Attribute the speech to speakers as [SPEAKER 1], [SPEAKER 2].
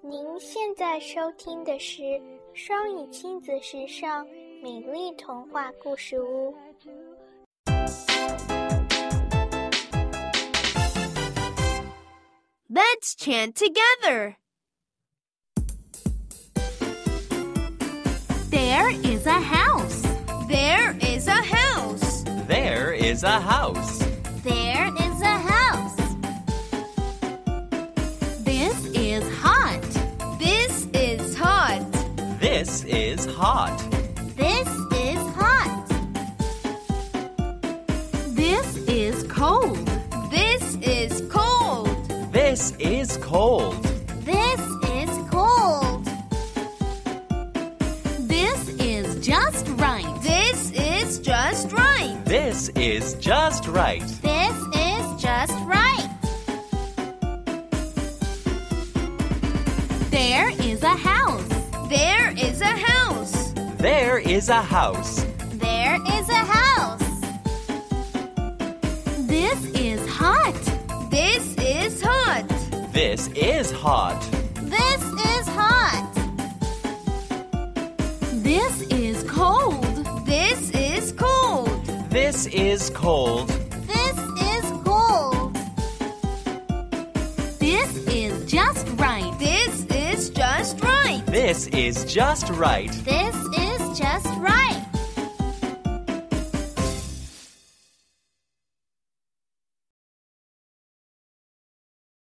[SPEAKER 1] 您现在收听的是《双语亲子时尚美丽童话故事屋》。
[SPEAKER 2] Let's chant together. There is a house. There is a house.
[SPEAKER 3] There is a house.
[SPEAKER 2] There is a house. This is hot. This is hot.
[SPEAKER 3] This is hot.
[SPEAKER 2] This is hot. This is cold. This is cold.
[SPEAKER 3] This is cold.
[SPEAKER 2] This is cold. This is just right. This is just right.
[SPEAKER 3] This is just right.
[SPEAKER 2] This is just right. There is a house. There is a house.
[SPEAKER 3] There is a house.
[SPEAKER 2] There is a house. This is hot. This is hot.
[SPEAKER 3] This is hot.
[SPEAKER 2] This is hot. This is cold. This is cold.
[SPEAKER 3] This is cold.
[SPEAKER 2] This is cold. This is just right. This is just right.
[SPEAKER 3] This is just right.
[SPEAKER 2] This is just right.